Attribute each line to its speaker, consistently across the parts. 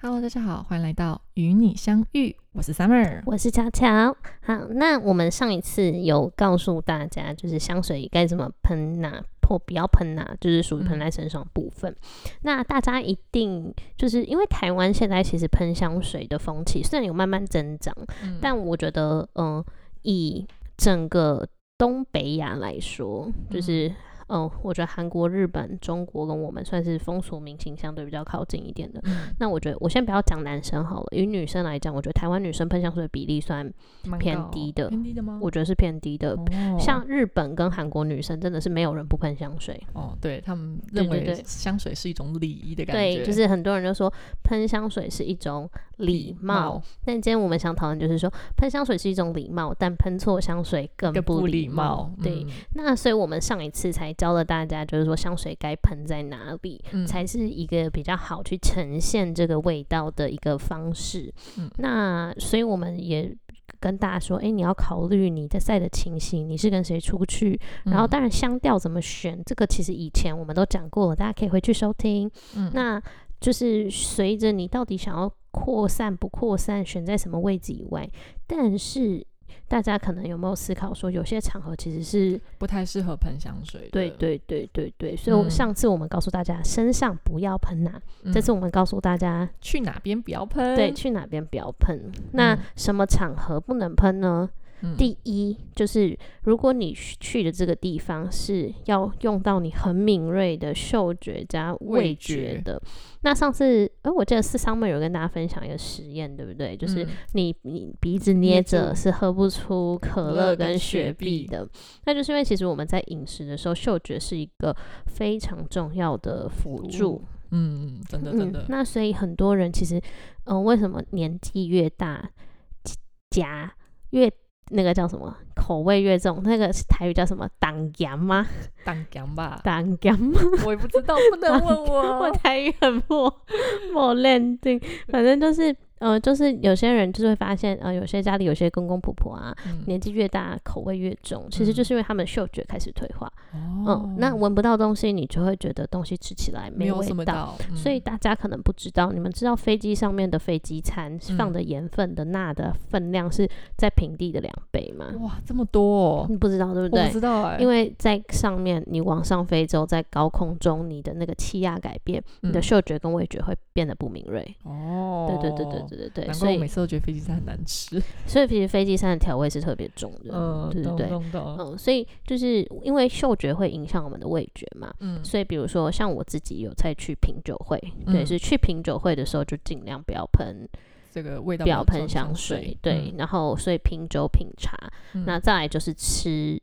Speaker 1: Hello，大家好，欢迎来到与你相遇，我是 Summer。
Speaker 2: 我是巧巧。好，那我们上一次有告诉大家，就是香水该怎么喷呐、或不要喷呐、就是属于喷在身上的部分。那大家一定就是因为台湾现在其实喷香水的风气虽然有慢慢增长，
Speaker 1: 嗯
Speaker 2: 但我觉得，嗯、以整个东北亚来说，就是。嗯、我觉得韩国、日本、中国跟我们算是风俗民情相对比较靠近一点的。
Speaker 1: 嗯
Speaker 2: 那我觉得，我先不要讲男生好了，以女生来讲，我觉得台湾女生喷香水的比例算
Speaker 1: 蛮
Speaker 2: 偏
Speaker 1: 高
Speaker 2: 低的
Speaker 1: 偏低的吗？
Speaker 2: 我觉得是偏低的。
Speaker 1: 哦
Speaker 2: 像日本跟韩国女生真的是没有人不喷香水，
Speaker 1: 哦，对他们
Speaker 2: 对
Speaker 1: 认
Speaker 2: 对
Speaker 1: 为
Speaker 2: 对
Speaker 1: 香水是一种礼仪的感觉，
Speaker 2: 对，就是很多人就说喷香水是一种礼貌。。但今天我们想讨论就是说，喷香水是一种礼貌，但喷错香水更
Speaker 1: 更不
Speaker 2: 礼
Speaker 1: 礼貌，
Speaker 2: 对，
Speaker 1: 嗯
Speaker 2: 那所以我们上一次才教了大家，就是说香水该喷在哪里，
Speaker 1: 嗯
Speaker 2: 才是一个比较好去呈现这个味道的一个方式。
Speaker 1: 嗯
Speaker 2: 那所以我们也跟大家说，诶，你要考虑你在赛的情形，你是跟谁出去，然后
Speaker 1: 嗯
Speaker 2: 当然香调怎么选，这个其实以前我们都讲过了，大家可以回去收听。
Speaker 1: 嗯
Speaker 2: 那就是随着你到底想要扩散不扩散，选在什么位置以外，但是。大家可能有没有思考说，有些场合其实是
Speaker 1: 不太适合喷香水的，
Speaker 2: 对对对对对，所以我
Speaker 1: 嗯
Speaker 2: 上次我们告诉大家身上不要喷呐、
Speaker 1: 嗯，
Speaker 2: 这次我们告诉大家
Speaker 1: 去哪边不要喷，
Speaker 2: 对，去哪边不要喷。那
Speaker 1: 嗯
Speaker 2: 什么场合不能喷呢？
Speaker 1: 嗯
Speaker 2: 第一就是如果你去去的这个地方是要用到你很敏锐的嗅觉加
Speaker 1: 味
Speaker 2: 味
Speaker 1: 觉
Speaker 2: 觉的，那上次哎、我记得是 summer 有跟大家分享一个实验，对不对？就是
Speaker 1: 嗯
Speaker 2: 你你鼻子
Speaker 1: 捏
Speaker 2: 捏
Speaker 1: 住
Speaker 2: 着是喝不出可
Speaker 1: 乐
Speaker 2: 乐
Speaker 1: 跟
Speaker 2: 跟
Speaker 1: 雪
Speaker 2: 雪碧
Speaker 1: 碧
Speaker 2: 的，那就是因为其实我们在饮食的时候，嗅觉是一个非常重要的辅助。
Speaker 1: 嗯，真的真的，
Speaker 2: 那所以很多人其实，嗯、为什么年纪越大，夹越那个叫什么口味越重？那个台语叫什么？党盐吗？
Speaker 1: 当讲吧，
Speaker 2: 党盐吗？
Speaker 1: 我也不 知道，不能
Speaker 2: 当
Speaker 1: 问
Speaker 2: 我
Speaker 1: 我。
Speaker 2: 台语很破，破认定。反正就是，呃，就是有些人就是会发现，呃，有些家里有些公公婆婆啊，
Speaker 1: 嗯
Speaker 2: 年纪越大口味越重，其实就是因为他们嗅觉开始退化。
Speaker 1: 哦
Speaker 2: 嗯，那闻不到东西，你就会觉得东西吃起来
Speaker 1: 没有
Speaker 2: 味
Speaker 1: 什么道，嗯
Speaker 2: 所以大家可能不知道，你们知道飞机上面的飞机餐是
Speaker 1: 嗯
Speaker 2: 放的盐分的钠的分量是在平地的两倍吗？
Speaker 1: 嗯哇这么多哦，
Speaker 2: 你不知道对不
Speaker 1: 我
Speaker 2: 嗯对
Speaker 1: 不？知道哎，
Speaker 2: 因为在上面，你往上飞之后，在高空中，你的那个气压改变，你的
Speaker 1: 嗯
Speaker 2: 嗅觉跟味觉会变得不敏锐。
Speaker 1: 哦，
Speaker 2: 对对对对对对对，
Speaker 1: 难
Speaker 2: 所
Speaker 1: 怪我
Speaker 2: 以
Speaker 1: 每次都觉得飞机餐很难吃。
Speaker 2: 所以其实飞机餐的调味是特别重的，
Speaker 1: 嗯，
Speaker 2: 对对
Speaker 1: 懂
Speaker 2: 对。
Speaker 1: 懂懂。
Speaker 2: 嗯，所以就是因为嗅觉会影响我们的味觉嘛，
Speaker 1: 嗯
Speaker 2: 所以比如说像我自己有在去品酒会，
Speaker 1: 嗯
Speaker 2: 对，是去品酒会的时候就尽量不要喷
Speaker 1: 这个味道
Speaker 2: 不要
Speaker 1: 比较
Speaker 2: 喷
Speaker 1: 重
Speaker 2: 香水，对，，然后所以品酒品茶，
Speaker 1: 嗯
Speaker 2: 那再来就是吃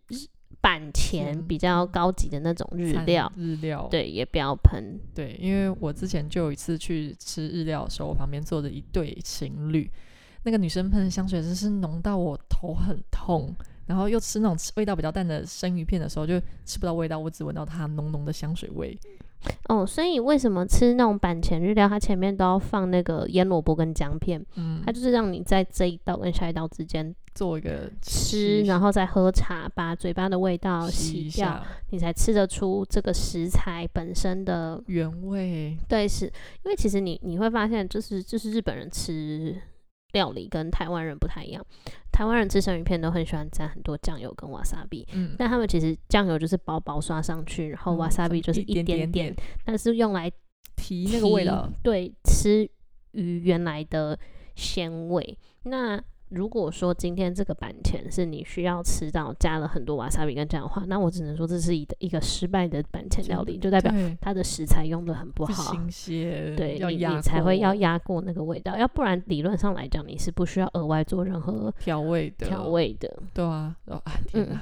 Speaker 2: 板前
Speaker 1: 前
Speaker 2: 比较高级的那种日
Speaker 1: 嗯餐
Speaker 2: 料，
Speaker 1: 日料，
Speaker 2: 对，也不要喷，
Speaker 1: 对，因为我之前就有一次去吃日料的时候，我旁边坐着一对情侣，那个女生喷的香水真是浓到我头很痛，然后又吃那种味道比较淡的生鱼片的时候，就吃不到味道，我只闻到它浓浓的香水味。
Speaker 2: 哦，所以为什么吃那种板前日料，它前面都要放那个腌萝卜跟姜片，
Speaker 1: 嗯
Speaker 2: 它，就是让你在这一道跟下一道之间
Speaker 1: 做一个
Speaker 2: 吃，然后再喝茶，把嘴巴的味道
Speaker 1: 后吸
Speaker 2: 洗
Speaker 1: 一
Speaker 2: 掉，
Speaker 1: 下
Speaker 2: 你才吃得出这个食材本身的
Speaker 1: 原味，
Speaker 2: 对，是因为其实你你会发现，就是就是日本人吃料理跟台湾人不太一样，台湾人吃生鱼片都很喜欢沾很多酱油跟 wasabi，
Speaker 1: 嗯，
Speaker 2: 但他们其实酱油就是薄薄刷上去，然后
Speaker 1: 嗯
Speaker 2: wasabi 就是
Speaker 1: 一点
Speaker 2: 点
Speaker 1: 点
Speaker 2: 但是用来
Speaker 1: 提那个味
Speaker 2: 提
Speaker 1: 道，
Speaker 2: 对，吃鱼原来的鲜味。那如果说今天这个板前是你需要吃到加了很多瓦萨比跟酱的话，那我只能说这是一一个失败的板前料理，就代表
Speaker 1: 对
Speaker 2: 它的食材用的很不
Speaker 1: 不
Speaker 2: 好，
Speaker 1: 新鲜，嗯
Speaker 2: 对
Speaker 1: 要
Speaker 2: 你
Speaker 1: 压
Speaker 2: 你才会要
Speaker 1: 过
Speaker 2: 压过那个味道，要不然理论上来讲你是不需要额外做任何
Speaker 1: 调味的
Speaker 2: 调，味的。
Speaker 1: 对啊，哦啊天
Speaker 2: 嗯
Speaker 1: 哪，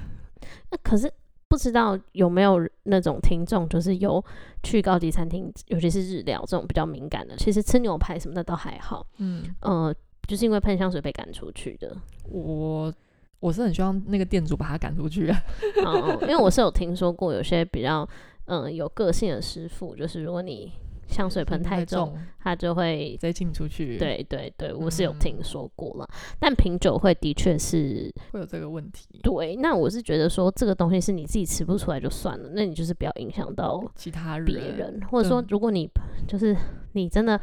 Speaker 2: 那可是不知道有没有那种听众，就是有去高级餐厅，尤其是日料这种比较敏感的，其实吃牛排什么的都还好，
Speaker 1: 嗯。
Speaker 2: 呃，就是因为喷香水被赶出去的。
Speaker 1: 我我是很希望那个店主把他赶出去、啊。
Speaker 2: 嗯，因为我是有听说过有些比较嗯、呃有个性的师傅，就是如果你香水
Speaker 1: 嗯
Speaker 2: 喷太重，，他就会。
Speaker 1: 直接请出去。，
Speaker 2: 对对对，我是有
Speaker 1: 嗯
Speaker 2: 听说过了，但品酒会的确是
Speaker 1: 会有这个问题。
Speaker 2: 对，那我是觉得说这个东西是你自己吃不出来就算了，那你就是不要影响到
Speaker 1: 其他人，
Speaker 2: 别人，或者说
Speaker 1: 对
Speaker 2: 如果你就是你真的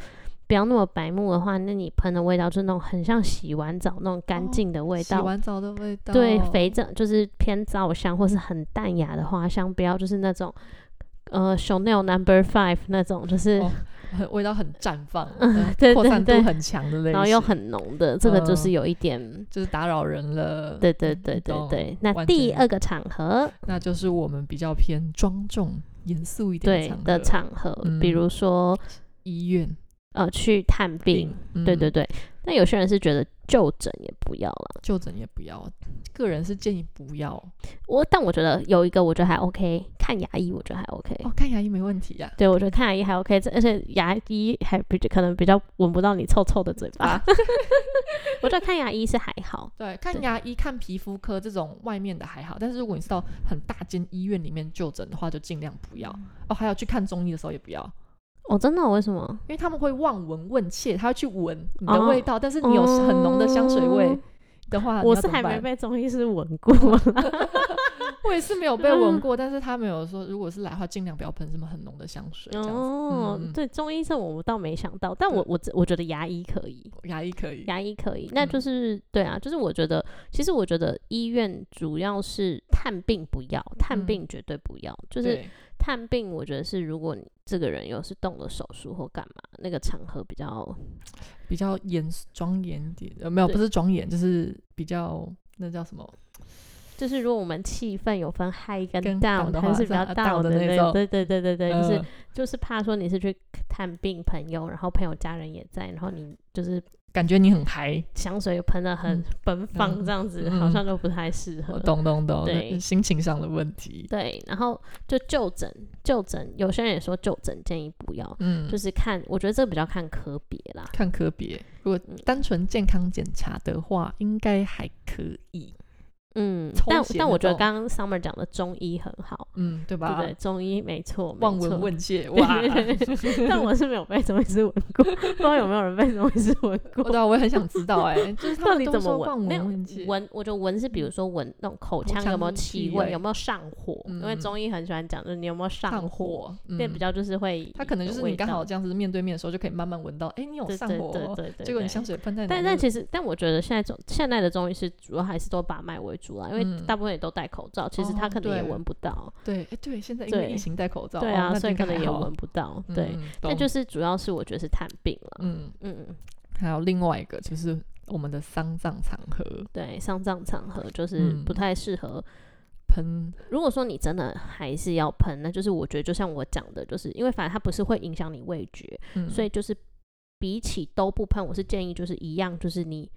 Speaker 2: 不要那么白目的话，那你喷的味道就是那种很像洗完澡那种干
Speaker 1: 哦
Speaker 2: 净的味
Speaker 1: 洗
Speaker 2: 道，
Speaker 1: 完澡的味道，
Speaker 2: 对，肥皂就是偏皂香或是很淡雅的花香，不要就是那种呃 Chanel Number Five 那种，就是、
Speaker 1: 哦很味道很绽放，
Speaker 2: 嗯
Speaker 1: 呃
Speaker 2: 对
Speaker 1: 扩
Speaker 2: 对
Speaker 1: 散
Speaker 2: 对
Speaker 1: 度很强的类型，
Speaker 2: 然后又很浓的，这个就
Speaker 1: 嗯
Speaker 2: 是有一点。
Speaker 1: 就是打扰人了。
Speaker 2: 对对对对
Speaker 1: 懂
Speaker 2: 对，那
Speaker 1: 完
Speaker 2: 第
Speaker 1: 全
Speaker 2: 二个场合，
Speaker 1: 那就是我们比较偏庄重、严肃一点
Speaker 2: 对
Speaker 1: 场
Speaker 2: 的
Speaker 1: 合
Speaker 2: 场合，比
Speaker 1: 嗯
Speaker 2: 如说
Speaker 1: 医院
Speaker 2: 呃去探病，，对对
Speaker 1: 嗯
Speaker 2: 对。那有些人是觉得就诊也不要了，
Speaker 1: 就诊也不要，个人是建议不要。
Speaker 2: 我但我觉得有一个我觉得还 OK，看牙医我觉得还 OK。
Speaker 1: 哦，看牙医没问题呀、
Speaker 2: 对，我觉得看牙医还 OK，这而且牙医还比可能比较闻不到你臭臭的嘴巴
Speaker 1: 啊。
Speaker 2: 我觉得看牙医是还好，
Speaker 1: 对，看
Speaker 2: 对
Speaker 1: 牙医、看皮肤科这种外面的还好，但是如果你是到很大间医院里面就诊的话，就尽量不
Speaker 2: 嗯
Speaker 1: 要。哦，还有去看中医的时候也不要，
Speaker 2: 哦，真的哦、为什么？
Speaker 1: 因为他们会望闻问切，他会去闻你的
Speaker 2: 哦
Speaker 1: 味道，但是你有很浓的香水味
Speaker 2: 嗯
Speaker 1: 的话，你
Speaker 2: 我
Speaker 1: 要
Speaker 2: 是
Speaker 1: 怎么
Speaker 2: 还没
Speaker 1: 办，
Speaker 2: 被中医 师闻过
Speaker 1: 我也是没有被
Speaker 2: 嗯
Speaker 1: 闻过，但是他们有说，如果是来的话，尽量不要喷什么很浓的香水。这样子，
Speaker 2: 哦
Speaker 1: 嗯嗯，
Speaker 2: 对，中医这我倒没想到，但我我只我觉得牙医可以，
Speaker 1: 牙医可以，
Speaker 2: 牙医可以，那就
Speaker 1: 嗯
Speaker 2: 是、对啊，就是我觉得，其实我觉得医院主要是探病不要，探
Speaker 1: 嗯
Speaker 2: 病绝对不要，就是
Speaker 1: 对
Speaker 2: 探病，我觉得是如果你这个人有是动了手术或干嘛，那个场合比较
Speaker 1: 比较严肃庄严一点，呃，没有，
Speaker 2: 对
Speaker 1: 不是庄严，就是比较那叫什么？
Speaker 2: 就是如果我们气氛有分 high 跟
Speaker 1: 跟
Speaker 2: down，
Speaker 1: down 的
Speaker 2: 它
Speaker 1: 话
Speaker 2: 是比
Speaker 1: 是
Speaker 2: 较
Speaker 1: 啊
Speaker 2: down
Speaker 1: down 的那
Speaker 2: 那
Speaker 1: 种
Speaker 2: 对对对对对，就是
Speaker 1: 呃
Speaker 2: 就是怕说你是去探病朋友，然后朋友家人也在，然后你就是
Speaker 1: 感觉你很 嗨，
Speaker 2: 香水又喷的很
Speaker 1: 嗯
Speaker 2: 奔放，
Speaker 1: 嗯
Speaker 2: 这样子、
Speaker 1: 嗯
Speaker 2: 好像都不太适合
Speaker 1: 我。懂懂懂，
Speaker 2: 对
Speaker 1: 那心情上的问题。
Speaker 2: 对，然后就就诊，就诊，有些人也说就诊建议不要，
Speaker 1: 嗯，
Speaker 2: 就是看，我觉得这个比较看科别啦。
Speaker 1: 看科别，如果
Speaker 2: 嗯
Speaker 1: 单纯健康检查的话，应该还可以，
Speaker 2: 嗯，
Speaker 1: 抽
Speaker 2: 但
Speaker 1: 血
Speaker 2: 但我
Speaker 1: 那
Speaker 2: 觉得
Speaker 1: 种
Speaker 2: 刚刚 Summer 讲的中医很好，
Speaker 1: 嗯，对
Speaker 2: 对
Speaker 1: 吧？
Speaker 2: 不对？中医没错，没
Speaker 1: 望
Speaker 2: 错
Speaker 1: 闻问切，
Speaker 2: 对
Speaker 1: 哇！
Speaker 2: 对对对但我是没有被中医师闻过，不知道有没有人被中医师闻
Speaker 1: 我
Speaker 2: 过。
Speaker 1: 对啊，我也很想知道， 哎，就是他
Speaker 2: 到
Speaker 1: 们
Speaker 2: 底
Speaker 1: 都
Speaker 2: 怎么
Speaker 1: 说
Speaker 2: 闻
Speaker 1: 望
Speaker 2: 没有
Speaker 1: 闻问切，嗯
Speaker 2: 闻，我就闻是，比如说闻那种口
Speaker 1: 口
Speaker 2: 腔有没有
Speaker 1: 腔
Speaker 2: 气
Speaker 1: 气
Speaker 2: 味，
Speaker 1: 味
Speaker 2: 有没有上火？因为
Speaker 1: 嗯
Speaker 2: 中医很喜欢讲，就是你有没有上
Speaker 1: 上
Speaker 2: 火，
Speaker 1: 火，
Speaker 2: 那
Speaker 1: 嗯
Speaker 2: 比。较就是会。
Speaker 1: 他可能就是你刚好这样子面对面的时候，就可以慢慢闻到，哎，你有
Speaker 2: 对
Speaker 1: 上
Speaker 2: 对
Speaker 1: 火
Speaker 2: 对
Speaker 1: 哦，
Speaker 2: 对对。
Speaker 1: 结果你
Speaker 2: 对
Speaker 1: 香水喷在你
Speaker 2: 但
Speaker 1: 那
Speaker 2: 但
Speaker 1: 个
Speaker 2: 其实，但我觉得现在中现在的中医师主要还是都把脉为主啦，因为
Speaker 1: 嗯
Speaker 2: 大部分也都戴口罩，其实他
Speaker 1: 哦
Speaker 2: 可能也
Speaker 1: 对
Speaker 2: 闻不到，
Speaker 1: 对，哎对，现在因为
Speaker 2: 对
Speaker 1: 疫情戴口罩，
Speaker 2: 对
Speaker 1: 哦
Speaker 2: 啊，
Speaker 1: 那
Speaker 2: 所以
Speaker 1: 真
Speaker 2: 可
Speaker 1: 的
Speaker 2: 能
Speaker 1: 还
Speaker 2: 也
Speaker 1: 好
Speaker 2: 闻不到，对。
Speaker 1: 嗯
Speaker 2: 那
Speaker 1: 懂
Speaker 2: 就是主要是我觉得是探病了，
Speaker 1: 嗯，
Speaker 2: 嗯嗯，
Speaker 1: 还有另外一个就是我们的丧葬场合
Speaker 2: 对，丧葬场合就是不
Speaker 1: 嗯
Speaker 2: 太适合。
Speaker 1: 喷，
Speaker 2: 如果说你真的还是要喷，那就是我觉得就像我讲的，就是因为反正它不是会影响你味觉，
Speaker 1: 嗯，
Speaker 2: 所以就是比起都不喷，我是建议就是一样，就是你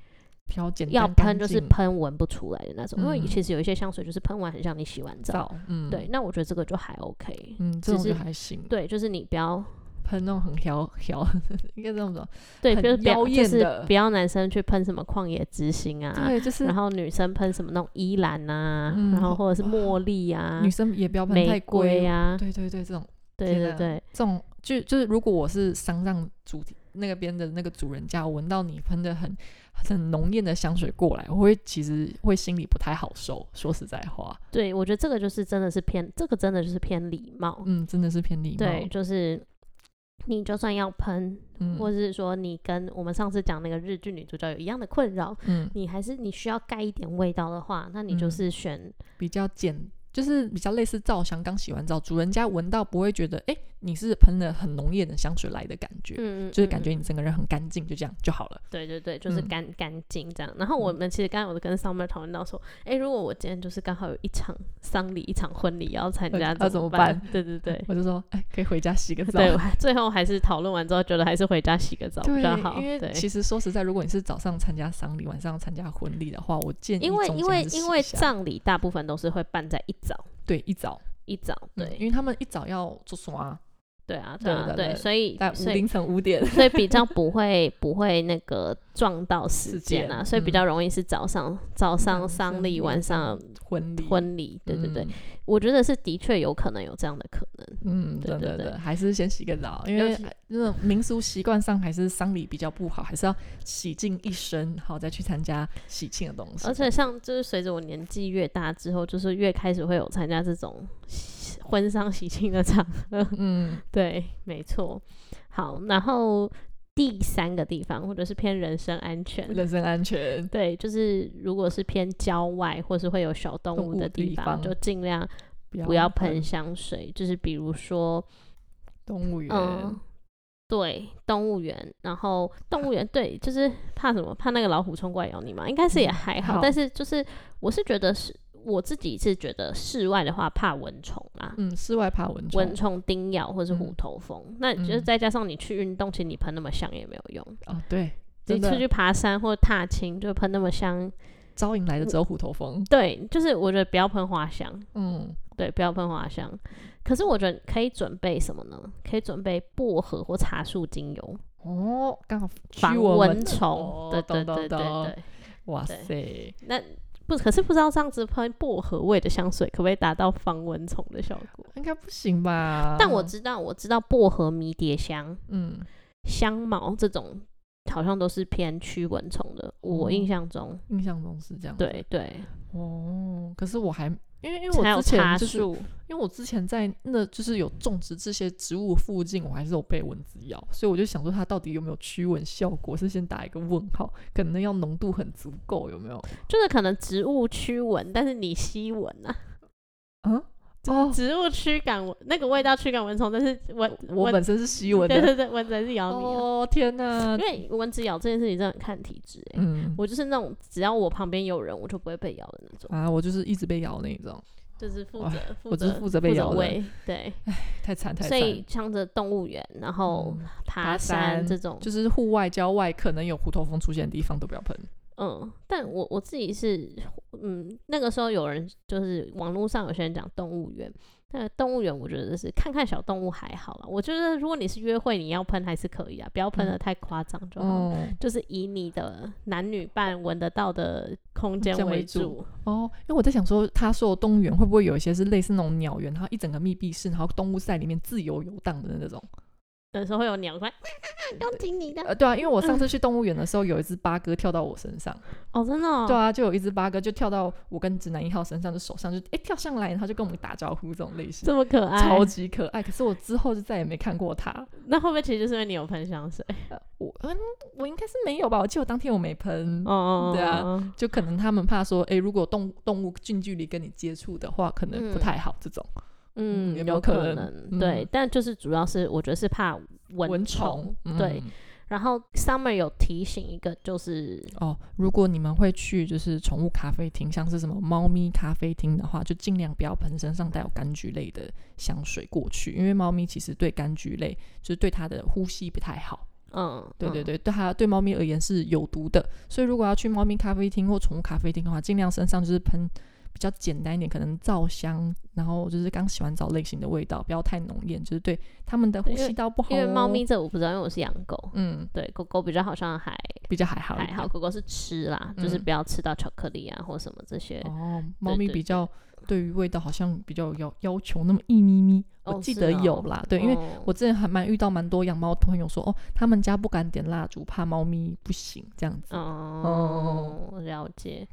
Speaker 1: 比较简单，
Speaker 2: 要
Speaker 1: 干
Speaker 2: 喷就是
Speaker 1: 净
Speaker 2: 喷闻不出来的那种，因为
Speaker 1: 嗯
Speaker 2: 其实有一些香水就是喷完很像你洗完澡，
Speaker 1: 澡，嗯，
Speaker 2: 对，，那我觉得这个就还 OK。
Speaker 1: 嗯，
Speaker 2: 只
Speaker 1: 这种
Speaker 2: 是
Speaker 1: 就还行，
Speaker 2: 对，就是你不要
Speaker 1: 喷那种很调调， 应该这么说，
Speaker 2: 对，
Speaker 1: 很
Speaker 2: 就是不要
Speaker 1: 妖艳
Speaker 2: 就是
Speaker 1: 的
Speaker 2: 不要男生去喷什么旷野之心啊，
Speaker 1: 对，就是
Speaker 2: 然后女生喷什么那种依兰啊，
Speaker 1: 嗯
Speaker 2: 然后
Speaker 1: 好
Speaker 2: 或者是茉莉啊、
Speaker 1: 女生也不要喷
Speaker 2: 玫
Speaker 1: 太
Speaker 2: 瑰
Speaker 1: 贵，
Speaker 2: 啊，
Speaker 1: 对对对，这种
Speaker 2: 对
Speaker 1: 天
Speaker 2: 对
Speaker 1: 哪
Speaker 2: 对，
Speaker 1: 这种就就是如果我是丧葬主题那个边的那个主人家，我闻到你喷的很很浓艳的香水过来，我会其实会心里不太好受，说实在话，
Speaker 2: 对，我觉得这个就是真的是偏，这个真的就是偏礼貌。
Speaker 1: 嗯，真的是偏礼貌，
Speaker 2: 对，就是你就算要喷，
Speaker 1: 嗯
Speaker 2: 或是说你跟我们上次讲那个日剧女主角有一样的困扰，
Speaker 1: 嗯，
Speaker 2: 你还是你需要盖一点味道的话，那你就
Speaker 1: 嗯
Speaker 2: 是选
Speaker 1: 比较简。就是比较类似皂香，刚洗完澡，主人家闻到不会觉得，哎、你是喷了很浓艳的香水来的感觉，
Speaker 2: 嗯，嗯
Speaker 1: 就是感
Speaker 2: 嗯
Speaker 1: 觉你整个人很干净，就这样就好了。
Speaker 2: 对对对，就是
Speaker 1: 嗯
Speaker 2: 干干净这样。然后我们其实刚刚有跟 Summer 讨论到说，诶，如果我今天就是刚好有一场丧礼、一场婚礼要参
Speaker 1: 呃
Speaker 2: 加，
Speaker 1: 要
Speaker 2: 怎
Speaker 1: 怎么
Speaker 2: 办
Speaker 1: 办？
Speaker 2: 对 对对。
Speaker 1: 我就说，哎，可以回家洗个澡。
Speaker 2: 对，我还最后还是讨论完之后，觉得还是回家洗个澡比较好。
Speaker 1: 因为
Speaker 2: 对，
Speaker 1: 其实说实在，如果你是早上参加丧礼，晚上参加婚礼的话，我建议
Speaker 2: 因为
Speaker 1: 中
Speaker 2: 因
Speaker 1: 间还
Speaker 2: 为
Speaker 1: 是
Speaker 2: 因
Speaker 1: 洗
Speaker 2: 为
Speaker 1: 一下
Speaker 2: 葬礼大部分都是会办在一早
Speaker 1: 对一早
Speaker 2: 一早，
Speaker 1: 嗯
Speaker 2: 对
Speaker 1: 因为他们一早要做刷，
Speaker 2: 对啊
Speaker 1: 对
Speaker 2: 啊
Speaker 1: 对
Speaker 2: 对，
Speaker 1: 对
Speaker 2: 所以
Speaker 1: 在五
Speaker 2: 所以
Speaker 1: 凌晨五点
Speaker 2: 所以比较不会不会那个撞到时
Speaker 1: 时
Speaker 2: 间
Speaker 1: 间
Speaker 2: 啊，所以
Speaker 1: 嗯
Speaker 2: 比较容易是早上早上丧礼，晚上
Speaker 1: 婚礼，
Speaker 2: 婚礼，对对对
Speaker 1: 嗯，，
Speaker 2: 我觉得是的确有可能有这样的可能。
Speaker 1: 嗯，
Speaker 2: 对
Speaker 1: 对
Speaker 2: 对
Speaker 1: 对
Speaker 2: 对
Speaker 1: 对，还是先洗个澡，因为
Speaker 2: 尤其
Speaker 1: 那种民俗习惯上还是丧礼比较不好，还是要洗净一身，好再去参加喜庆的东西。
Speaker 2: 而且像就是随着我年纪越大之后，就是越开始会有参加这种喜婚丧喜庆的场合。
Speaker 1: 嗯，
Speaker 2: 对，没错。好，然后第三个地方，或者是偏人身安全。
Speaker 1: 人身安全，
Speaker 2: 对，就是如果是偏郊外或是会有小动
Speaker 1: 动
Speaker 2: 物
Speaker 1: 物
Speaker 2: 的
Speaker 1: 地
Speaker 2: 地方，
Speaker 1: 方嗯
Speaker 2: 就尽量不
Speaker 1: 不
Speaker 2: 要
Speaker 1: 碰
Speaker 2: 喷香水。就是比如说，
Speaker 1: 动物园。
Speaker 2: 嗯，对，动物园，然后动物园，对，就是怕什么？怕那个老虎冲过来咬你嘛？应该是也
Speaker 1: 嗯
Speaker 2: 还好，
Speaker 1: 好
Speaker 2: 但是就是我是觉得是我自己是觉得室外的话怕蚊虫啦。
Speaker 1: 嗯，室外怕蚊
Speaker 2: 蚊
Speaker 1: 虫
Speaker 2: 虫叮咬或是虎
Speaker 1: 嗯
Speaker 2: 头蜂，那就是
Speaker 1: 嗯
Speaker 2: 再加上你去运动，其实你喷那么香也没有用。
Speaker 1: 啊，对，
Speaker 2: 你
Speaker 1: 真
Speaker 2: 出
Speaker 1: 的
Speaker 2: 去爬山或踏青，就喷那么香，
Speaker 1: 招引来的只有虎头蜂。
Speaker 2: 对，就是我觉得不要喷花香，
Speaker 1: 嗯，
Speaker 2: 对，不要喷花香。可是我觉得可以准备什么呢？可以准备薄荷或茶树精油，
Speaker 1: 哦，刚好驱
Speaker 2: 防蚊
Speaker 1: 的
Speaker 2: 虫。
Speaker 1: 哦
Speaker 2: 对对
Speaker 1: 懂
Speaker 2: 对对
Speaker 1: 懂懂
Speaker 2: 对，
Speaker 1: 哇
Speaker 2: 对
Speaker 1: 塞，
Speaker 2: 那不可是不知道这样子喷薄荷味的香水可不可以达到防蚊虫的效果？
Speaker 1: 应该不行吧？
Speaker 2: 但我知道，我知道薄荷迷迭香、
Speaker 1: 嗯，
Speaker 2: 香茅这种好像都是偏驱蚊虫的，我印
Speaker 1: 哦
Speaker 2: 象中。
Speaker 1: 印象中是这样。，
Speaker 2: 对对，
Speaker 1: 哦，可是我还因为因为
Speaker 2: 还
Speaker 1: 我
Speaker 2: 有
Speaker 1: 之
Speaker 2: 茶
Speaker 1: 前就是
Speaker 2: 树，
Speaker 1: 因为我之前在那就是有种植这些植物附近，我还是有被蚊子咬，所以我就想说它到底有没有驱蚊效果，是先打一个问号，可能要浓度很足够，有没有？
Speaker 2: 就是可能植物驱蚊，但是你吸蚊啊。
Speaker 1: 嗯，哦，
Speaker 2: 植物驱赶蚊，那个味道驱赶蚊虫，但是蚊
Speaker 1: 我
Speaker 2: 蚊
Speaker 1: 本身是吸蚊
Speaker 2: 对
Speaker 1: 的。
Speaker 2: 对对，蚊子还是咬你、啊。
Speaker 1: 哦，天哪
Speaker 2: 因！为蚊子咬这件事情真的很看体质、欸。
Speaker 1: 嗯，
Speaker 2: 我就是那种只要我旁边有人，我就不会被咬的那种，
Speaker 1: 啊，我就是一直被咬那一种，
Speaker 2: 就是负
Speaker 1: 哇
Speaker 2: 责
Speaker 1: 我
Speaker 2: 负
Speaker 1: 就是
Speaker 2: 责
Speaker 1: 负责被咬的
Speaker 2: 喂。对，
Speaker 1: 太惨太
Speaker 2: 所
Speaker 1: 惨。
Speaker 2: 以哦像这动物园，然后
Speaker 1: 嗯
Speaker 2: 爬
Speaker 1: 爬山
Speaker 2: 这种，
Speaker 1: 就是户外、郊外可能有虎头蜂出现的地方都不要喷。
Speaker 2: 嗯，但我我自己是，嗯，那个时候有人就是网络上有些人讲动物园，那动物园我觉得是看看小动物还好啦。我觉得如果你是约会，你要喷还是可以啊，不要喷的太夸张就好。
Speaker 1: 嗯哦
Speaker 2: 就是以你的男女伴闻得到的空间
Speaker 1: 这样为
Speaker 2: 主，
Speaker 1: 主哦，因为我在想说，他说的动物园会不会有一些是类似那种鸟园，然后一整个密闭式，然后动物在里面自由游荡的那种？
Speaker 2: 有时候会有鸟说 啊要听你的
Speaker 1: 呃，对啊，因为我上
Speaker 2: 嗯
Speaker 1: 次去动物园的时候，有一只八哥跳到我身上，
Speaker 2: 哦，真的、哦，
Speaker 1: 对啊，就有一只八哥就跳到我跟直男一号身上，就手上就哎、诶跳上来，然后就跟我们打招呼这种类型，
Speaker 2: 这么可爱，
Speaker 1: 超级可爱。可是我之后就再也没看过它。
Speaker 2: 那会不会其实就是因为你有喷 香水？
Speaker 1: 呃我嗯，我应该是没有吧？我记得我当天我没喷。
Speaker 2: 哦哦，
Speaker 1: 对啊
Speaker 2: 哦，哦
Speaker 1: 就可能他们怕说，哎诶，如果动动物近距离跟你接触的话，可能不
Speaker 2: 嗯
Speaker 1: 太好。这种
Speaker 2: 嗯，
Speaker 1: 有没有
Speaker 2: 可
Speaker 1: 可能嗯
Speaker 2: 对，但就是主要是我觉得是怕蚊
Speaker 1: 蚊
Speaker 2: 虫
Speaker 1: 虫，，
Speaker 2: 对
Speaker 1: 嗯
Speaker 2: 然后 Summer 有提醒一个，就是
Speaker 1: 哦，如果你们会去就是宠物咖啡厅，像是什么猫咪咖啡厅的话，就尽量不要喷身上带有柑橘类的香水过去，因为猫咪其实对柑橘类就是对它的呼吸不太好。
Speaker 2: 嗯，
Speaker 1: 对对
Speaker 2: 嗯，
Speaker 1: 对，对它对猫咪而言是有毒的，所以如果要去猫咪咖啡厅或宠物咖啡厅的话，尽量身上就是喷比较简单一点，可能皂香，然后就是刚洗完澡类型的味道，不要太浓艳，就是对它们的呼
Speaker 2: 因为
Speaker 1: 吸道不好、哦。
Speaker 2: 因为猫咪这我不知道，因为我是养狗。
Speaker 1: 嗯
Speaker 2: 对狗狗比较好像还
Speaker 1: 比较还好一
Speaker 2: 还
Speaker 1: 点
Speaker 2: 好，狗狗是吃啦，就是
Speaker 1: 嗯
Speaker 2: 不要吃到巧克力啊或什么这些。
Speaker 1: 哦，猫
Speaker 2: 对
Speaker 1: 咪
Speaker 2: 对
Speaker 1: 比较对于味道好像比较要要求那么一咪咪，
Speaker 2: 哦
Speaker 1: 我记
Speaker 2: 是
Speaker 1: 得
Speaker 2: 哦
Speaker 1: 有啦，对，因为
Speaker 2: 哦
Speaker 1: 我之前还蛮遇到蛮多养猫的朋友说，哦，他们家不敢点蜡烛，怕猫咪不行这样子。
Speaker 2: 哦了解，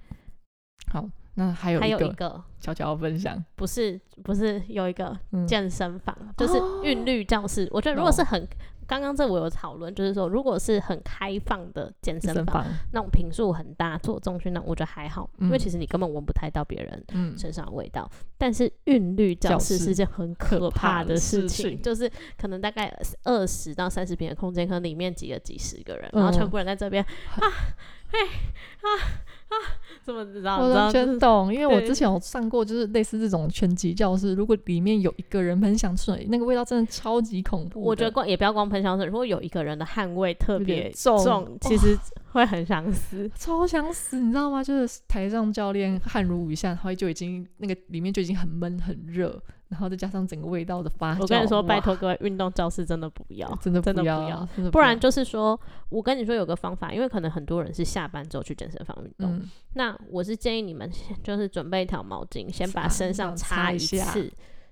Speaker 1: 好，那还有
Speaker 2: 还
Speaker 1: 一
Speaker 2: 有一
Speaker 1: 个
Speaker 2: 个
Speaker 1: 悄悄分享，
Speaker 2: 不是不是有一个
Speaker 1: 嗯，哦
Speaker 2: 健身房，就是韵律教室。我觉得如果是很刚刚这我有讨论，就是说如果是很开放的健
Speaker 1: 健
Speaker 2: 身
Speaker 1: 身
Speaker 2: 房，
Speaker 1: 房，
Speaker 2: 那种频数很大，做重训那种我觉得还好，因为
Speaker 1: 嗯
Speaker 2: 其实你根本闻不太到别人
Speaker 1: 嗯，
Speaker 2: 身上的味道。但是韵律教
Speaker 1: 教
Speaker 2: 室
Speaker 1: 室
Speaker 2: 是件很可
Speaker 1: 可
Speaker 2: 怕
Speaker 1: 怕
Speaker 2: 的
Speaker 1: 的
Speaker 2: 事
Speaker 1: 事
Speaker 2: 情，
Speaker 1: 情
Speaker 2: 就是可能大概二十到三十平的空间，可能里面挤了几十个人，然后
Speaker 1: 嗯
Speaker 2: 全部人在 这边、啊，哎啊啊，怎么知道？
Speaker 1: 我
Speaker 2: 你知道
Speaker 1: 完全懂，因为我
Speaker 2: 对
Speaker 1: 之前有上过，就是类似这种拳击教室，如果里面有一个人喷香水，那个味道真的超级恐怖的。
Speaker 2: 我觉得光也不要光喷香水，如果有一个人的汗味特
Speaker 1: 有点
Speaker 2: 别
Speaker 1: 重
Speaker 2: 其实会很想死。
Speaker 1: 超想死，你知道吗？就是台上教练汗如雨下，然后就已经那个里面就已经很闷很热，然后再加上整个味道的发酵。
Speaker 2: 我跟你说，
Speaker 1: 哇
Speaker 2: 拜，托各位，运动教室真的不要。
Speaker 1: 真的
Speaker 2: 真的
Speaker 1: 不
Speaker 2: 不
Speaker 1: 要，
Speaker 2: 要
Speaker 1: 真的
Speaker 2: 不然就是说，我跟你说有个方法，因为可能很多人是下班之后去健身房运动。
Speaker 1: 嗯，
Speaker 2: 那我是建议你们先就是准备一条毛巾，先把
Speaker 1: 擦
Speaker 2: 身上擦
Speaker 1: 擦
Speaker 2: 一
Speaker 1: 一下
Speaker 2: 次，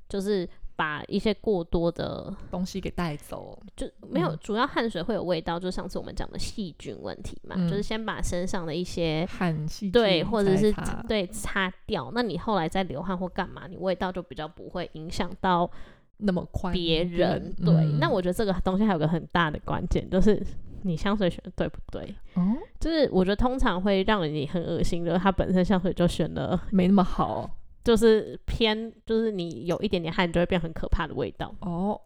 Speaker 2: 就是把一些过多的
Speaker 1: 东西给带走。
Speaker 2: 就没有、
Speaker 1: 嗯
Speaker 2: 主要汗水会有味道，就上次我们讲的细菌问题嘛，
Speaker 1: 嗯
Speaker 2: 就是先把身上的一些
Speaker 1: 汗细
Speaker 2: 对，
Speaker 1: 菌
Speaker 2: 或者
Speaker 1: 才
Speaker 2: 是
Speaker 1: 擦
Speaker 2: 对擦掉。那你后来再流汗或干嘛，你味道就比较不会影响到
Speaker 1: 那么宽
Speaker 2: 别人。对，
Speaker 1: 嗯
Speaker 2: 那我觉得这个东西还有个很大的关键，就是你香水选的对不对？
Speaker 1: 哦，
Speaker 2: 就是我觉得通常会让你很恶心的，它本身香水就选了，
Speaker 1: 没那么好
Speaker 2: 就是偏，就是你有一点点汗就会变很可怕的味道。
Speaker 1: 哦。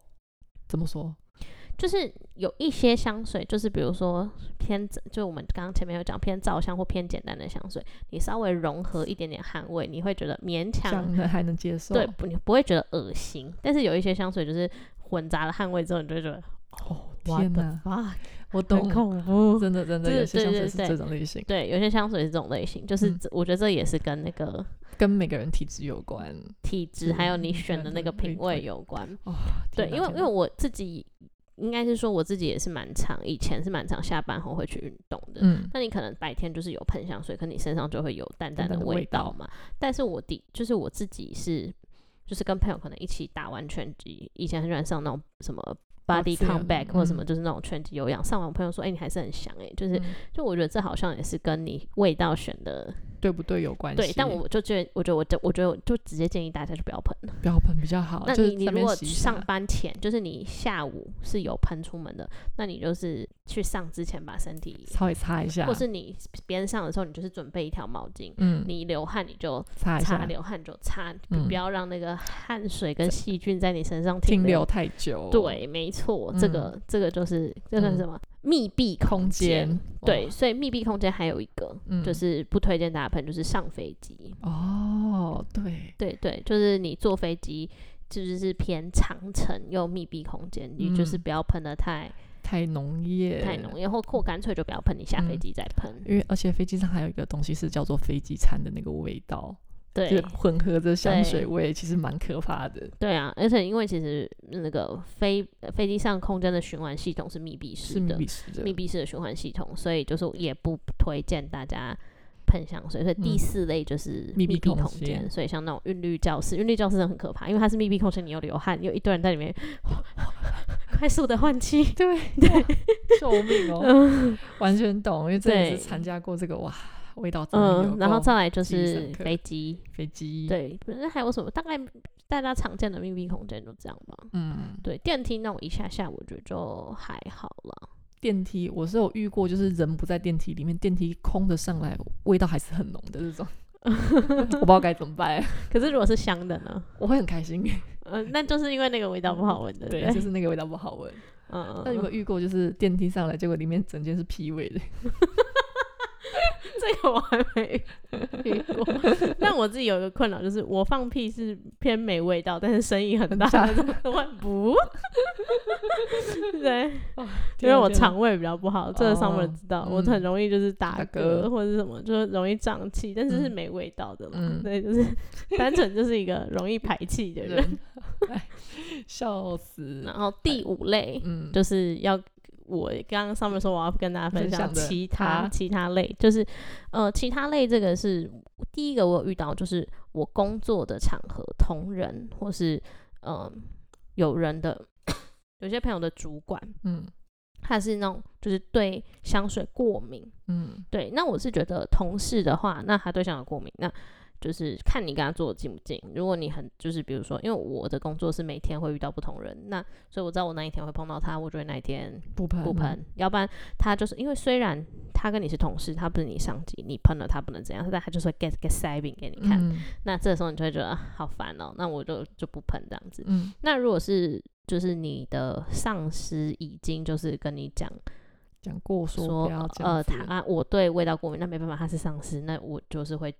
Speaker 1: 怎么说？
Speaker 2: 就是有一些香水，就是比如说偏，就我们刚刚前面有讲偏皂香或偏简单的香水，你稍微融合一点点汗味，你会觉得勉
Speaker 1: 这
Speaker 2: 强
Speaker 1: 样的还能接受？
Speaker 2: 对，不你不会觉得恶心。但是有一些香水就是混杂了汗味之后，你就会觉得
Speaker 1: 哦，
Speaker 2: 哇
Speaker 1: 天哪，
Speaker 2: 啊，
Speaker 1: 我
Speaker 2: 很
Speaker 1: 懂，
Speaker 2: 恐怖。
Speaker 1: 真的真的
Speaker 2: 对
Speaker 1: 有些
Speaker 2: 对
Speaker 1: 香
Speaker 2: 对
Speaker 1: 水是
Speaker 2: 对
Speaker 1: 这种类型，
Speaker 2: 对，有些香水是这种类型，就是
Speaker 1: 嗯
Speaker 2: 这、我觉得这也是跟那个
Speaker 1: 跟每个人体质有关。
Speaker 2: 体质还有你
Speaker 1: 嗯
Speaker 2: 选
Speaker 1: 对
Speaker 2: 的
Speaker 1: 对
Speaker 2: 那个
Speaker 1: 对
Speaker 2: 品
Speaker 1: 对
Speaker 2: 味有关。
Speaker 1: 哦，
Speaker 2: 对，
Speaker 1: 天哪
Speaker 2: 因为
Speaker 1: 天
Speaker 2: 因
Speaker 1: 哪
Speaker 2: 为我自己应该是说我自己也是蛮常，以前是蛮常下班后会去运动的。
Speaker 1: 嗯，
Speaker 2: 那你可能白天就是有喷香水，可你身上就会有淡
Speaker 1: 淡
Speaker 2: 淡的
Speaker 1: 淡的味
Speaker 2: 味
Speaker 1: 道
Speaker 2: 道嘛。但是我的就是我自己是，就是跟朋友可能一起打完拳击，以前很喜欢上那种什么 body
Speaker 1: 自由
Speaker 2: comeback 或者什么，
Speaker 1: 嗯
Speaker 2: 就是那种拳击有氧。上完我朋友说，哎、你还是很香哎、就是、
Speaker 1: 嗯
Speaker 2: 就我觉得这好像也是跟你味道选的
Speaker 1: 对不对有关系。
Speaker 2: 对，但我就觉得，我觉得我就我觉得我就直接建议大家就不要喷。
Speaker 1: 不要喷比较好。
Speaker 2: 那
Speaker 1: 哦就
Speaker 2: 你
Speaker 1: 是
Speaker 2: 你
Speaker 1: 上
Speaker 2: 如
Speaker 1: 面
Speaker 2: 果
Speaker 1: 洗一下
Speaker 2: 上班前，就是你下午是有喷出门的，那你就是去上之前把身体，
Speaker 1: 稍微擦一下，
Speaker 2: 或是你边上的时候，你就是准备一条毛巾，
Speaker 1: 啊嗯，
Speaker 2: 你流汗你就
Speaker 1: 擦一
Speaker 2: 擦，
Speaker 1: 下，
Speaker 2: 流汗就擦，
Speaker 1: 嗯
Speaker 2: 不要让那个汗水跟细菌在你身上
Speaker 1: 停
Speaker 2: 留
Speaker 1: 留。太久，，
Speaker 2: 对，没错，这个这个就是这个是什么密闭
Speaker 1: 嗯空
Speaker 2: 间
Speaker 1: 间。哦
Speaker 2: 对，所以密闭空间还有一个
Speaker 1: 嗯
Speaker 2: 就是不推荐大家喷，就是上飞机。
Speaker 1: 哦，对，
Speaker 2: 对对，就是你坐飞机，就是是偏长程又密闭空间，你就是
Speaker 1: 嗯
Speaker 2: 不要喷的太
Speaker 1: 太浓液，
Speaker 2: 太浓，然后或干脆就不要喷，你下飞
Speaker 1: 嗯
Speaker 2: 机再喷。
Speaker 1: 因为而且飞机上还有一个东西是叫做飞机餐的那个味道，就
Speaker 2: 对
Speaker 1: 混合着香
Speaker 2: 对
Speaker 1: 水味，其实蛮可怕的。
Speaker 2: 对啊，而且因为其实那个飞呃飞机上空间的循环系统是密闭式
Speaker 1: 是密
Speaker 2: 的，
Speaker 1: 闭式的，
Speaker 2: 密闭式的循环系统，所以就是也不推荐大家。喷香水，所以第
Speaker 1: 嗯
Speaker 2: 四类就是
Speaker 1: 密
Speaker 2: 密
Speaker 1: 闭
Speaker 2: 闭
Speaker 1: 空
Speaker 2: 空
Speaker 1: 间
Speaker 2: 间。所以像那种韵律教室，韵律教室真的很可怕，因为它是密闭空间，你又流汗，又一堆人在里 面，快速的换气。
Speaker 1: 对哇救命哦！ 完全懂，因为这也是参加过这个哇，味道真的有够。
Speaker 2: 嗯，然后再来就
Speaker 1: 记忆深
Speaker 2: 是
Speaker 1: 刻
Speaker 2: 飞机，
Speaker 1: 飞机，，
Speaker 2: 对，那还有什么？大概大家常见的密闭空间就这样吧。
Speaker 1: 嗯，
Speaker 2: 对，电梯那种一下下，我觉得就还好啦。
Speaker 1: 电梯我是有遇过，就是人不在电梯里面，电梯空的上来，味道还是很浓的这 种，我不知道该怎么办，
Speaker 2: 可是如果是香的呢？
Speaker 1: 我会很开心。
Speaker 2: 嗯、那就是因为那个味道不好闻的，
Speaker 1: 对，
Speaker 2: 不
Speaker 1: 就是那个味道不好闻。
Speaker 2: 嗯，
Speaker 1: 那有没有
Speaker 2: 嗯
Speaker 1: 遇过，就是电梯上来，结果里面整间是屁味的？
Speaker 2: 这个我还没 遇过。 但我自己有一个困扰，就是我放屁是偏没味道，但是声音很 大，
Speaker 1: 大
Speaker 2: 我不。 对，因为我肠胃比较不好，这个上面
Speaker 1: 哦
Speaker 2: 知道，
Speaker 1: 嗯
Speaker 2: 我很容易就是打
Speaker 1: 打嗝
Speaker 2: 嗝或者是什么，就是容易胀气，但是是
Speaker 1: 嗯
Speaker 2: 没味道的啦。
Speaker 1: 嗯
Speaker 2: 对，就是 单纯就是一个容易排气的人。
Speaker 1: 人，哎笑死。
Speaker 2: 然后第五类
Speaker 1: 嗯，
Speaker 2: 就是要我刚刚上面说我要跟大家分享
Speaker 1: 分享的
Speaker 2: 其
Speaker 1: 他
Speaker 2: 他其他类，就是呃其他类这个是第一个我有遇到，就是我工作的场合，同仁或是嗯、呃有人的 有些朋友的主管，
Speaker 1: 嗯
Speaker 2: 他是那种就是对香水过敏。
Speaker 1: 嗯
Speaker 2: 对，那我是觉得同事的话，那他对香水过敏，那就是看你跟他做的近不近。如果你很就是比如说，因为我的工作是每天会遇到不同人，那所以我知道我那一天会碰到他，我就会那一天
Speaker 1: 不喷
Speaker 2: 不喷，，要不然他就是因为虽然他跟你是同事，他不是你上级，你喷了他不能怎样，但他就是会 get get 塞饼给你看。
Speaker 1: 嗯
Speaker 2: 那这时候你就会觉得啊好烦哦，那我就就不喷这样子。
Speaker 1: 嗯，
Speaker 2: 那如果是就是你的上司已经就是跟你讲
Speaker 1: 讲过说
Speaker 2: 说
Speaker 1: 不要这样
Speaker 2: 呃，
Speaker 1: 子
Speaker 2: 他啊我对味道过敏，那没办法，他是上司，那我就是会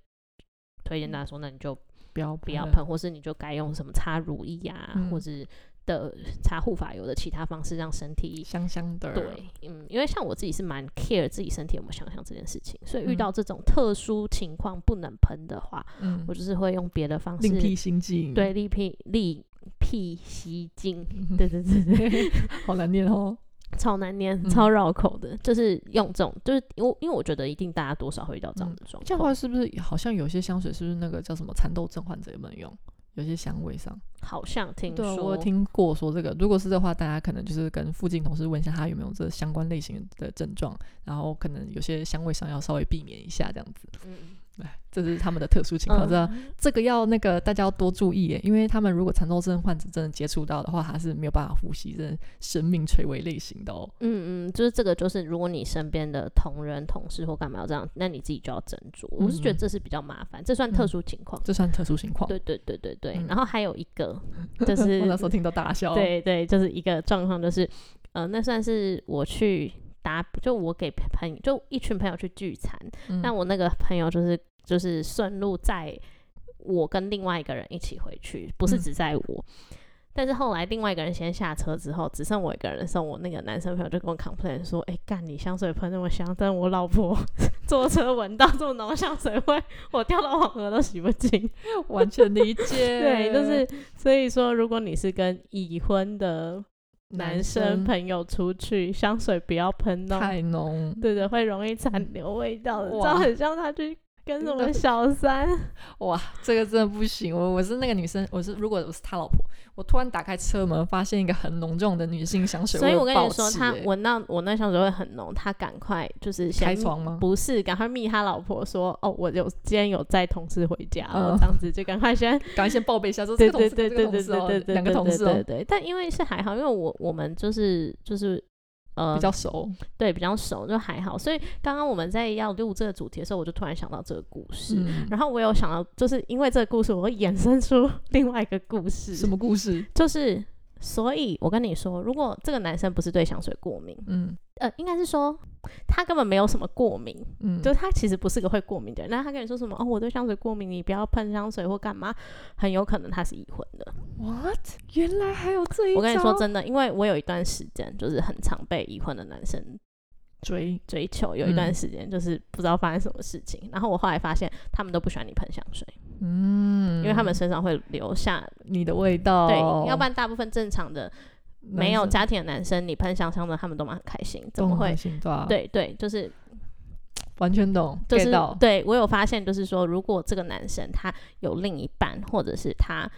Speaker 2: 推荐大家说，那你就
Speaker 1: 不要
Speaker 2: 不要喷，或是你就该用什么擦乳液啊，
Speaker 1: 嗯
Speaker 2: 或是的擦护发油的其他方式，让身体
Speaker 1: 香香的，
Speaker 2: 对，嗯，因为像我自己是蛮 care 自己身体有没有香香这件事情，所以遇
Speaker 1: 嗯
Speaker 2: 到这种特殊情况不能喷的话，
Speaker 1: 嗯
Speaker 2: 我，就是会用别的方式
Speaker 1: 另辟新境，
Speaker 2: 对，利屁利屁吸 精，对对对对，
Speaker 1: 好难念哦，
Speaker 2: 超难念
Speaker 1: 嗯，
Speaker 2: 超绕口的，就是用这种，就是因为因为我觉得一定大家多少会遇到这
Speaker 1: 嗯
Speaker 2: 样的状
Speaker 1: 这样的
Speaker 2: 况。
Speaker 1: 话是不是好像有些香水是不是那个叫什么蚕豆症患者有没有用？有些香味上
Speaker 2: 好像听
Speaker 1: 对啊，
Speaker 2: 说，
Speaker 1: 我有听过说这个，如果是的话，大家可能就是跟附近同事问一下他有没有这相关类型的症状，然后可能有些香味上要稍微避免一下这样子。
Speaker 2: 嗯，
Speaker 1: 哎，这是他们的特殊情况，这、
Speaker 2: 嗯
Speaker 1: 这个要那个大家要多注意耶，因为他们如果蚕豆症患者真的接触到的话，他是没有办法呼吸，真的生命垂危类型的哦。
Speaker 2: 嗯嗯，就是这个，就是如果你身边的同仁、同事或干嘛要这样，那你自己就要斟酌。我是觉得
Speaker 1: 嗯
Speaker 2: 这是比较麻烦，这算特
Speaker 1: 嗯
Speaker 2: 殊情况。
Speaker 1: 这算特殊情况。
Speaker 2: 对对对对对。
Speaker 1: 嗯
Speaker 2: 然后还有一 个就是
Speaker 1: 我那时候听到大笑。，
Speaker 2: 对对，就是一个状况，就是呃，那算是我去打，就我给朋友，就一群朋友去聚餐，
Speaker 1: 嗯、
Speaker 2: 那我那个朋友就是就是顺路载我跟另外一个人一起回去，不是
Speaker 1: 嗯
Speaker 2: 只载我。但是后来另外一个人先下车之后，只剩我一个人的时候，我那个男生朋友就跟我 complain 说：“哎、干你香水喷那么香，但我老婆 坐车闻到这么浓的香水味，我掉到黄河都洗不清。”
Speaker 1: 完全理解。
Speaker 2: 对，就是所以说，如果你是跟已婚的男
Speaker 1: 男
Speaker 2: 生朋友出去，香水不要喷哦，
Speaker 1: 太 浓。
Speaker 2: 对对，会容易残留味道的，这
Speaker 1: 哇
Speaker 2: 样很像他去跟什
Speaker 1: 那
Speaker 2: 么小三，
Speaker 1: 哇，这个真的不行！我我是那个女生，我是如果我是他老婆，我突然打开车门，发现一个很浓重的女性香水
Speaker 2: 所
Speaker 1: 味，
Speaker 2: 以我跟
Speaker 1: 爆
Speaker 2: 你说，
Speaker 1: 气
Speaker 2: 他
Speaker 1: 耶
Speaker 2: 闻到我那香水味很浓，他赶快就是先
Speaker 1: 欸开窗吗？
Speaker 2: 不是，赶快密他老婆说，哦，我有今天有载同事回家了，
Speaker 1: 嗯
Speaker 2: 这样子就赶快先
Speaker 1: 赶快先报备一下，说这
Speaker 2: 对
Speaker 1: 个同
Speaker 2: 对
Speaker 1: 事，
Speaker 2: 对
Speaker 1: 这个
Speaker 2: 对
Speaker 1: 同
Speaker 2: 对
Speaker 1: 事哦
Speaker 2: 对对对，
Speaker 1: 两个同事
Speaker 2: 对
Speaker 1: 哦，
Speaker 2: 对，但因为是还好，因为我我们就是就是呃
Speaker 1: 比较熟。
Speaker 2: 对比较熟，就还好。所以刚刚我们在要录这个主题的时候，我就突然想到这个故事，
Speaker 1: 嗯，
Speaker 2: 然后我有想到，就是因为这个故事，我会衍生出 另外一个故
Speaker 1: 什
Speaker 2: 事，
Speaker 1: 么故事？
Speaker 2: 就是所以，我跟你说，如果这个男生不是对香水过敏，
Speaker 1: 嗯
Speaker 2: 呃，应该是说他根本没有什么过敏，
Speaker 1: 嗯，
Speaker 2: 就他其实不是个会过敏的人。那他跟你说什么哦，我对香水过敏，你不要喷香水或干嘛，很有可能他是已婚的。
Speaker 1: what？原来还有这一招！
Speaker 2: 我跟你说真的，因为我有一段时间就是很常被已婚的男生
Speaker 1: 追
Speaker 2: 追求，有一段
Speaker 1: 嗯
Speaker 2: 时间就是不知道发生什么事情，然后我后来发现他们都不喜欢你喷香水，
Speaker 1: 嗯，
Speaker 2: 因为他们身上会留下，
Speaker 1: 你的味道，
Speaker 2: 对，要不然大部分正常的
Speaker 1: 男
Speaker 2: 没有
Speaker 1: 生
Speaker 2: 家庭的男生，你喷香香的，他们都蛮开心，怎
Speaker 1: 动
Speaker 2: 么
Speaker 1: 很
Speaker 2: 会？
Speaker 1: 心对啊，
Speaker 2: 对对，就是
Speaker 1: 完全懂
Speaker 2: 就
Speaker 1: get
Speaker 2: 是
Speaker 1: 到，
Speaker 2: 对我有发现，就是说，如果这个男生他有另一半，或者是他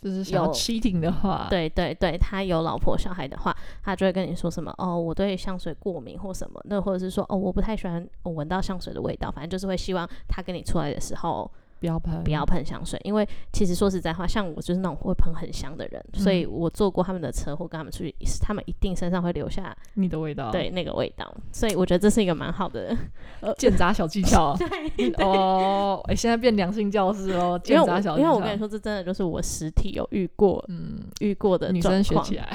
Speaker 1: 就是想要
Speaker 2: 有
Speaker 1: cheating 的话，
Speaker 2: 对对对，他有老婆小孩的话，他就会跟你说什么哦，我对香水过敏或什么，那或者是说哦，我不太喜欢我闻到香水的味道，反正就是会希望他跟你出来的时候
Speaker 1: 不要喷，
Speaker 2: 不要喷香水，因为其实说实在话，像我就是那种会喷很香的人，
Speaker 1: 嗯
Speaker 2: 所以我坐过他们的车或跟他们出去，他们一定身上会留下
Speaker 1: 你的味道，
Speaker 2: 对，那个味道，所以我觉得这是一个蛮好的，，
Speaker 1: 鉴杂小技巧
Speaker 2: 对
Speaker 1: 哦，哎，现在变良性教师哦，
Speaker 2: 因为
Speaker 1: 鉴
Speaker 2: 我
Speaker 1: 杂小技
Speaker 2: 因为
Speaker 1: 巧，
Speaker 2: 我跟你说，这真的就是我实体有遇过
Speaker 1: 嗯，
Speaker 2: 遇过的
Speaker 1: 女
Speaker 2: 状
Speaker 1: 生学
Speaker 2: 况
Speaker 1: 起来，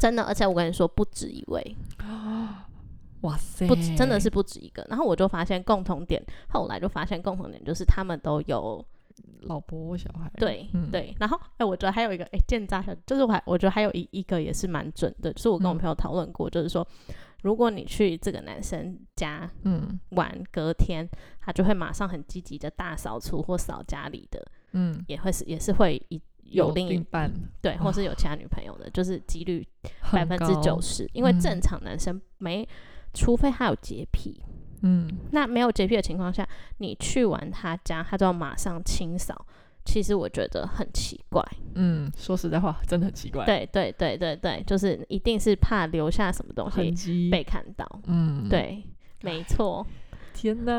Speaker 2: 真的，而且我跟你说不止一位，
Speaker 1: 哇塞，
Speaker 2: 不止真的是不止一个。然后我就发现共同点，后来就发现共同点就是他们都有
Speaker 1: 老婆小孩，，
Speaker 2: 对、
Speaker 1: 嗯
Speaker 2: 对。然后哎、我觉得还有一个哎见渣小，就是我还我觉得还有一一个也是蛮准的，就是我跟我
Speaker 1: 嗯
Speaker 2: 朋友讨论过，就是说如果你去这个男生家
Speaker 1: 嗯
Speaker 2: 玩，隔天他就会马上很积极的大扫除或扫家里的。
Speaker 1: 嗯，
Speaker 2: 也会是也是会一有另一
Speaker 1: 一半
Speaker 2: 对，或是有其他女朋友的，就是几率百
Speaker 1: 啊很
Speaker 2: 分之九
Speaker 1: 高，
Speaker 2: 十，因为正
Speaker 1: 嗯
Speaker 2: 常男生没，除非他有洁癖。
Speaker 1: 嗯，
Speaker 2: 那没有洁癖的情况下，你去完他家，他就要马上清扫。其实我觉得很奇怪，
Speaker 1: 嗯，说实在话，真的很奇怪，，
Speaker 2: 对对对对对，就是一定是怕留下什么东
Speaker 1: 痕
Speaker 2: 西
Speaker 1: 迹，
Speaker 2: 被看到，
Speaker 1: 嗯，，
Speaker 2: 对，没错。
Speaker 1: 天哪，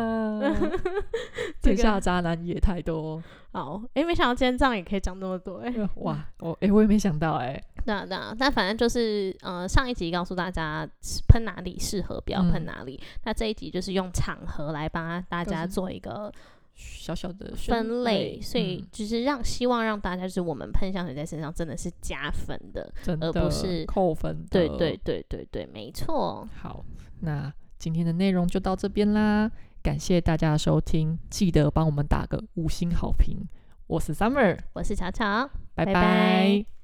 Speaker 2: 这
Speaker 1: 天
Speaker 2: 个
Speaker 1: 下渣男也太多，
Speaker 2: 好，诶，没想到今天这样也可以讲这么多、欸 诶。
Speaker 1: 哇，我哎，我也没想到，哎，
Speaker 2: 对啊，对啊，但反正就是，呃，上一集告诉大家喷哪里适合，不要喷
Speaker 1: 嗯
Speaker 2: 哪里。那这一集就是用场合来帮大
Speaker 1: 告
Speaker 2: 家
Speaker 1: 诉
Speaker 2: 做一个
Speaker 1: 小小的
Speaker 2: 分类，所以
Speaker 1: 嗯
Speaker 2: 就是让希望让大家就是我们喷香水在身上真的是加分的。
Speaker 1: 真
Speaker 2: 而
Speaker 1: 的
Speaker 2: 不是
Speaker 1: 扣分的，
Speaker 2: 对对对对对，没错。
Speaker 1: 好，那今天的内容就到这边啦，感谢大家的收听，记得帮我们打个五星好评。我是 Summer，
Speaker 2: 我是巧巧，
Speaker 1: 拜
Speaker 2: 拜
Speaker 1: 拜。
Speaker 2: 拜